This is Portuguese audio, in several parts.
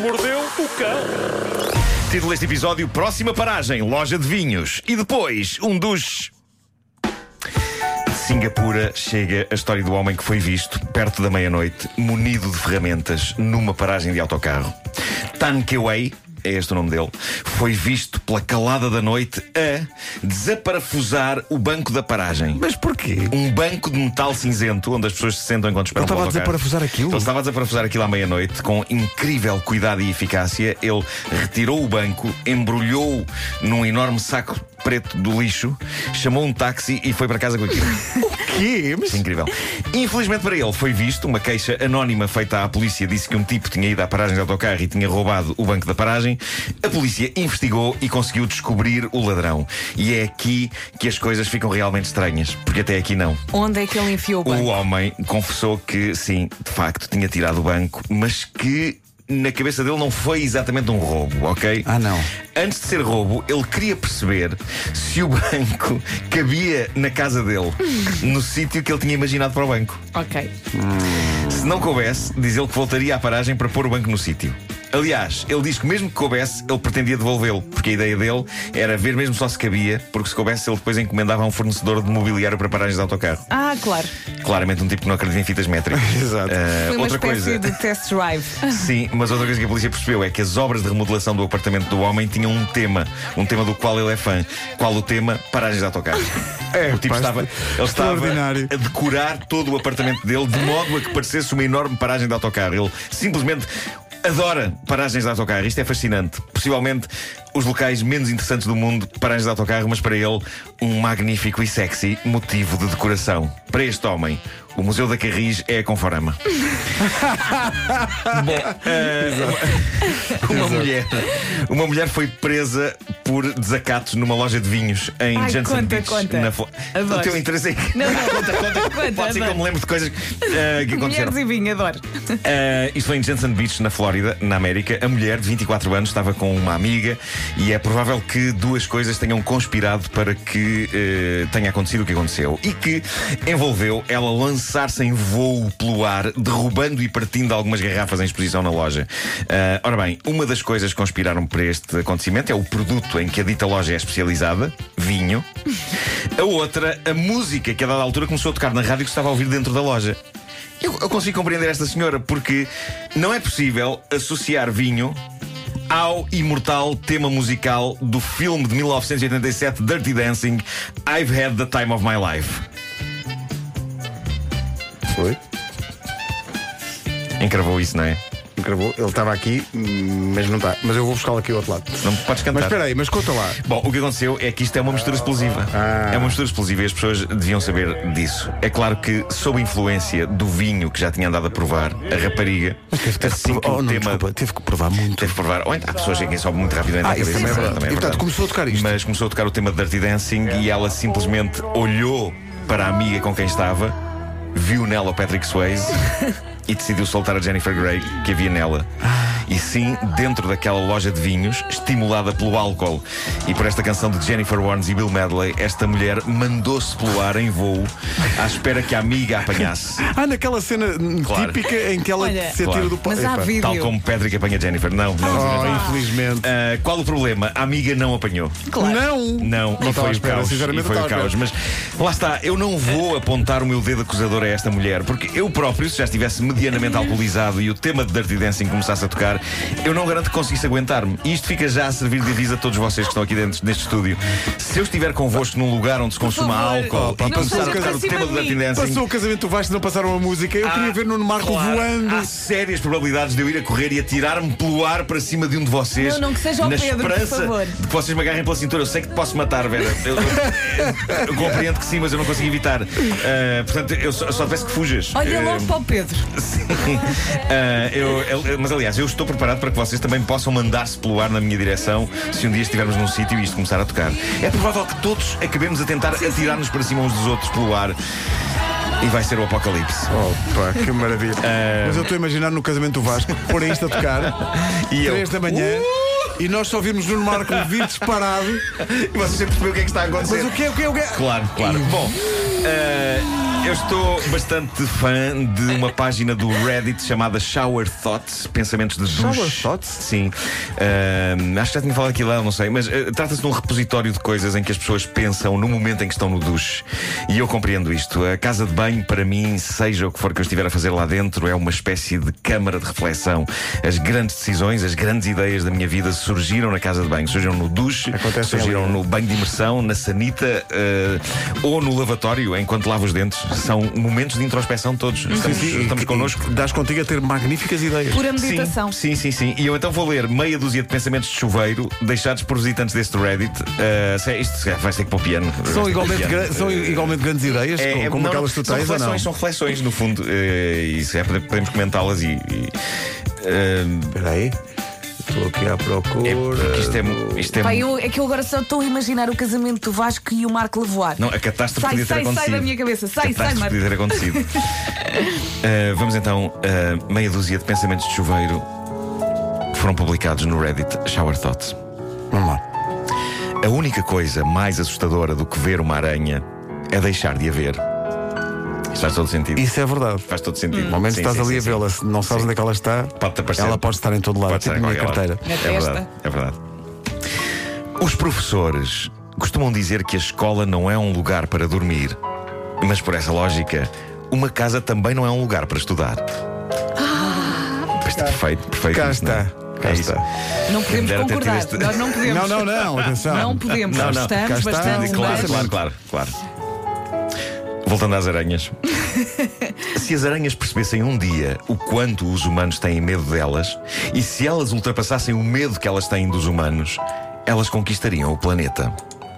mordeu o cão. Título deste episódio: Próxima paragem, loja de vinhos. E depois, um dos. De Singapura chega a história do homem que foi visto, perto da meia-noite, munido de ferramentas, numa paragem de autocarro. Tan Kewei. É este o nome dele. Foi visto pela calada da noite a desaparafusar o banco da paragem. Mas porquê? Um banco de metal cinzento onde as pessoas se sentam enquanto esperam. Ele pelo estava a autocarro. desaparafusar aquilo? Ele estava a desaparafusar aquilo à meia-noite com incrível cuidado e eficácia. Ele retirou o banco, embrulhou-o num enorme saco preto do lixo, chamou um táxi e foi para casa com aquilo. Quê? Mas Isto é incrível. Infelizmente para ele foi visto uma queixa anónima feita à polícia disse que um tipo tinha ido à paragem de autocarro e tinha roubado o banco da paragem. A polícia investigou e conseguiu descobrir o ladrão. E é aqui que as coisas ficam realmente estranhas, porque até aqui não. Onde é que ele enfiou o O banco? homem confessou que sim, de facto, tinha tirado o banco, mas que na cabeça dele não foi exatamente um roubo, ok? Ah, não. Antes de ser roubo, ele queria perceber se o banco cabia na casa dele, no sítio que ele tinha imaginado para o banco. Ok. Se não coubesse, diz ele que voltaria à paragem para pôr o banco no sítio. Aliás, ele diz que mesmo que coubesse, ele pretendia devolvê-lo, porque a ideia dele era ver mesmo só se cabia, porque se coubesse, ele depois encomendava a um fornecedor de mobiliário para paragens de autocarro. Ah, claro. Claramente um tipo que não acredita em fitas métricas. Exato. Eh, Foi uma outra espécie coisa. de test drive. Sim, mas outra coisa que a polícia percebeu é que as obras de remodelação do apartamento do homem tinham um tema, um tema do qual ele é fã. Qual o tema? Paragens de autocarro. É, o tipo pá, estava, ele estava extraordinário. a decorar todo o apartamento dele de modo a que parecesse uma enorme paragem de autocarro. Ele simplesmente adora paragens de autocarro. Isto é fascinante. Possivelmente os locais menos interessantes do mundo, paragens de autocarro, mas para ele, um magnífico e sexy motivo de decoração. Para este homem, o Museu da Carris é a Conforama. Bom, eh, uma mulher, uma mulher foi presa por desacatos numa loja de vinhos em Ai, Johnson conta, Beach. conta. Na Flo- Adoro. o teu interesse é que. Não, não. conta, conta. Conta, Pode ser que eu adoro. me lembre de coisas eh, que aconteceram. Mulheres e vinho, adoro. Uh, isto foi em Jensen Beach, na Flórida, na América. A mulher de 24 anos estava com uma amiga e é provável que duas coisas tenham conspirado para que uh, tenha acontecido o que aconteceu e que envolveu ela lançar-se em voo pelo ar, derrubando e partindo algumas garrafas em exposição na loja. Uh, ora bem, uma das coisas que conspiraram para este acontecimento é o produto em que a dita loja é especializada, vinho. A outra, a música que a dada altura começou a tocar na rádio que se estava a ouvir dentro da loja. Eu, eu consigo compreender esta senhora porque não é possível associar vinho ao imortal tema musical do filme de 1987 Dirty Dancing I've Had the Time of My Life. foi. Encravou isso, não é? Gravou. Ele estava aqui, mas não está. Mas eu vou buscá-lo aqui ao outro lado. Não podes cantar. Mas espera Ah, aí, mas conta lá. Bom, o que aconteceu é que isto é uma mistura explosiva. É uma mistura explosiva e as pessoas deviam saber disso. É claro que, sob influência do vinho que já tinha andado a provar, a rapariga, assim que Oh, o não, tema desculpa, teve que provar muito. Teve que provar. Ou então, há pessoas a quem sobe muito rapidamente Ah, a isso cabeça. também é verdade. Também E, portanto, começou a tocar isto. Mas começou a tocar o tema de Dirty Dancing e ela simplesmente olhou para a amiga com quem estava, viu nela o Patrick Swayze e decidiu soltar a Jennifer Grey que havia nela. E sim, dentro daquela loja de vinhos, estimulada pelo álcool e por esta canção de Jennifer Warnes e Bill Medley, esta mulher mandou-se pelo ar em voo à espera que a amiga a apanhasse. Ah, naquela cena hum, Claro. típica em que ela Olha, se atira Claro. do palco. Mas há vídeo. Tal como Patrick apanha Jennifer. Não, não. Oh, não. infelizmente. Ah, qual o problema? A amiga não apanhou. Claro. Não! Não, não e estava à foi o espera, caos. sinceramente. E foi não o estava à caos. espera. Mas lá está, eu não vou apontar o meu dedo acusador a esta mulher, porque eu próprio, se já estivesse medianamente alcoolizado e o tema de Dirty Dancing começasse a tocar, eu não garanto que conseguisse aguentar-me. E isto fica já a servir de aviso a todos vocês que estão aqui dentro neste estúdio. Se eu estiver convosco num lugar onde se consuma favor, álcool Oh, não e começar a seja tocar para o cima tema de de Dirty mim. Dancing. Passou o casamento do Vasco, não passaram a música. Eu Ah, queria ver Nuno Marco Claro, voando. Há sérias probabilidades de eu ir a correr e atirar-me pelo ar para cima de um de vocês. Não, não, que seja o na Pedro, por esperança favor. de que vocês me agarrem pela cintura. Eu sei que te posso matar, Vera. Eu, eu- eu compreendo que sim, mas eu não consigo evitar. Ah, portanto, eu só, eu só peço que fujas. Olha Eh, logo para o Pedro. sim. Ah, eu- eu- eu- mas aliás, eu estou preparado para que vocês também possam mandar-se pelo ar na minha direção se um dia estivermos num sítio e isto começar a tocar. É provável que todos acabemos a tentar atirar-nos para cima uns dos outros pelo ar e vai ser o apocalipse. Opa, que maravilha. Mas eu estou a imaginar no casamento do Vasco, porem isto a tocar, E eu- 3 da manhã, e nós só vimos Nuno Marco vir disparado. E vocês percebem o que é que está a acontecer. Mas o que é, o que é, o que é? Claro, claro. Bom, eh, Eu estou bastante fã de uma página do Reddit chamada Shower Thoughts, pensamentos de duche. Shower Thoughts? Sim. Ahm, acho que já tinha falado aqui lá, não sei. Mas eh, trata-se de um repositório de coisas em que as pessoas pensam no momento em que estão no duche. E eu compreendo isto. A casa de banho, para mim, seja o que for que eu estiver a fazer lá dentro, é uma espécie de câmara de reflexão. As grandes decisões, as grandes ideias da minha vida surgiram na casa de banho, surgiram no duche, Acontece surgiram ali, no banho de imersão, na sanita eh, ou no lavatório, enquanto lavo os dentes. São momentos de introspeção todos. Uhum. Estamos, estamos connosco. Dás contigo a ter magníficas ideias. Pura meditação. Sim, sim, sim, sim. E eu então vou ler meia dúzia de pensamentos de chuveiro deixados por visitantes deste Reddit. Ah, se- isto se- vai ser que para o piano. Vai ser São que igualmente, para o piano. gra- são igualmente grandes ideias, É, como, é, como não, aquelas que não, tu tens são ou reflexões, não? São reflexões, no fundo. eh, e se é, pode- podemos comentá-las e. e, ah, Espera aí. Estou aqui à procura. é, porque isto é. Isto é Pá, eu, é que eu agora só estou a imaginar o casamento do Vasco e o Marco Lavoar. Não, a catástrofe Sai, podia ter sai, sai acontecido. da minha cabeça. Sai, a catástrofe sai, Marco. podia ter acontecido. Uh, vamos então a meia dúzia de pensamentos de chuveiro que foram publicados no Reddit Shower Thoughts. Vamos lá. A única coisa mais assustadora do que ver uma aranha é deixar de a ver. Isto faz todo sentido. Isso é verdade. Faz todo sentido. Ao menos Sim, estás sim, ali sim, a sim. vê-la, se não sabes onde é que ela está. Pode-te aparecer. Ela pode estar em todo lado, Pode estar tipo em na minha qualquer carteira. lado. Na é testa. verdade, é verdade. Os professores costumam dizer que a escola não é um lugar para dormir, mas por essa lógica, uma casa também não é um lugar para estudar. Ah. Isto é perfeito, perfeito. Cá isto, não é? está, cá É isso. está. Não podemos dera ter tido concordar. este- Nós não podemos. Não, não, não, atenção. Não podemos. Não, não, cá Estamos Ah, está. bastante Claro, mas- claro, claro, claro. Voltando às aranhas. se as aranhas percebessem um dia o quanto os humanos têm medo delas e se elas ultrapassassem o medo que elas têm dos humanos, elas conquistariam o planeta.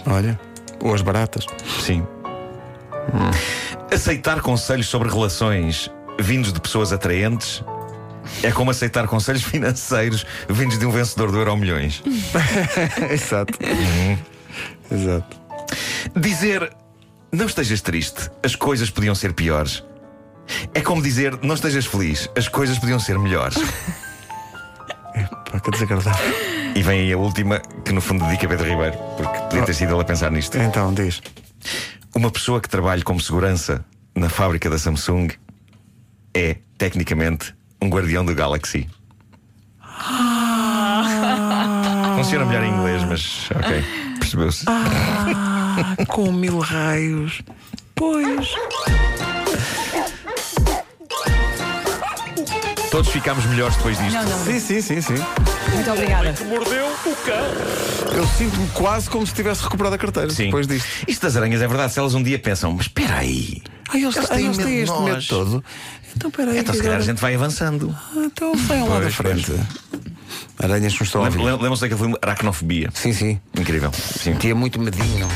Olha, ou as baratas. Sim. Aceitar conselhos sobre relações vindos de pessoas atraentes é como aceitar conselhos financeiros vindos de um vencedor do Euro Milhões. Exato. Uhum. Exato. Dizer não estejas triste, as coisas podiam ser piores. É como dizer não estejas feliz, as coisas podiam ser melhores. Pá, que desagradável. e vem aí a última, que no fundo dedica a Pedro Ribeiro, porque podia ter sido ele a pensar nisto. Então, diz. Uma pessoa que trabalha como segurança na fábrica da Samsung é, tecnicamente, um guardião do Galaxy. Ah! Funciona melhor em inglês, mas ok, percebeu-se. Ah, Com mil raios. Pois. Todos ficámos melhores depois disto. Não, não. Sim, sim, sim, sim. Muito obrigada. Eu sinto-me quase como se tivesse recuperado a carteira Sim. depois disto. Isto das aranhas é verdade. Se elas um dia pensam, mas espera aí, Ah, eles, Eles ah, têm eles medo têm de este nós. medo todo. Então, peraí. então que se calhar a agora- gente vai avançando. Então, vem lá da Pois, pois. frente. Aranhas nos estão a Lem- ouvir. lem- Lembram-se daquele filme Aracnofobia? Sim, sim. Incrível. Sim. Tinha muito medinho.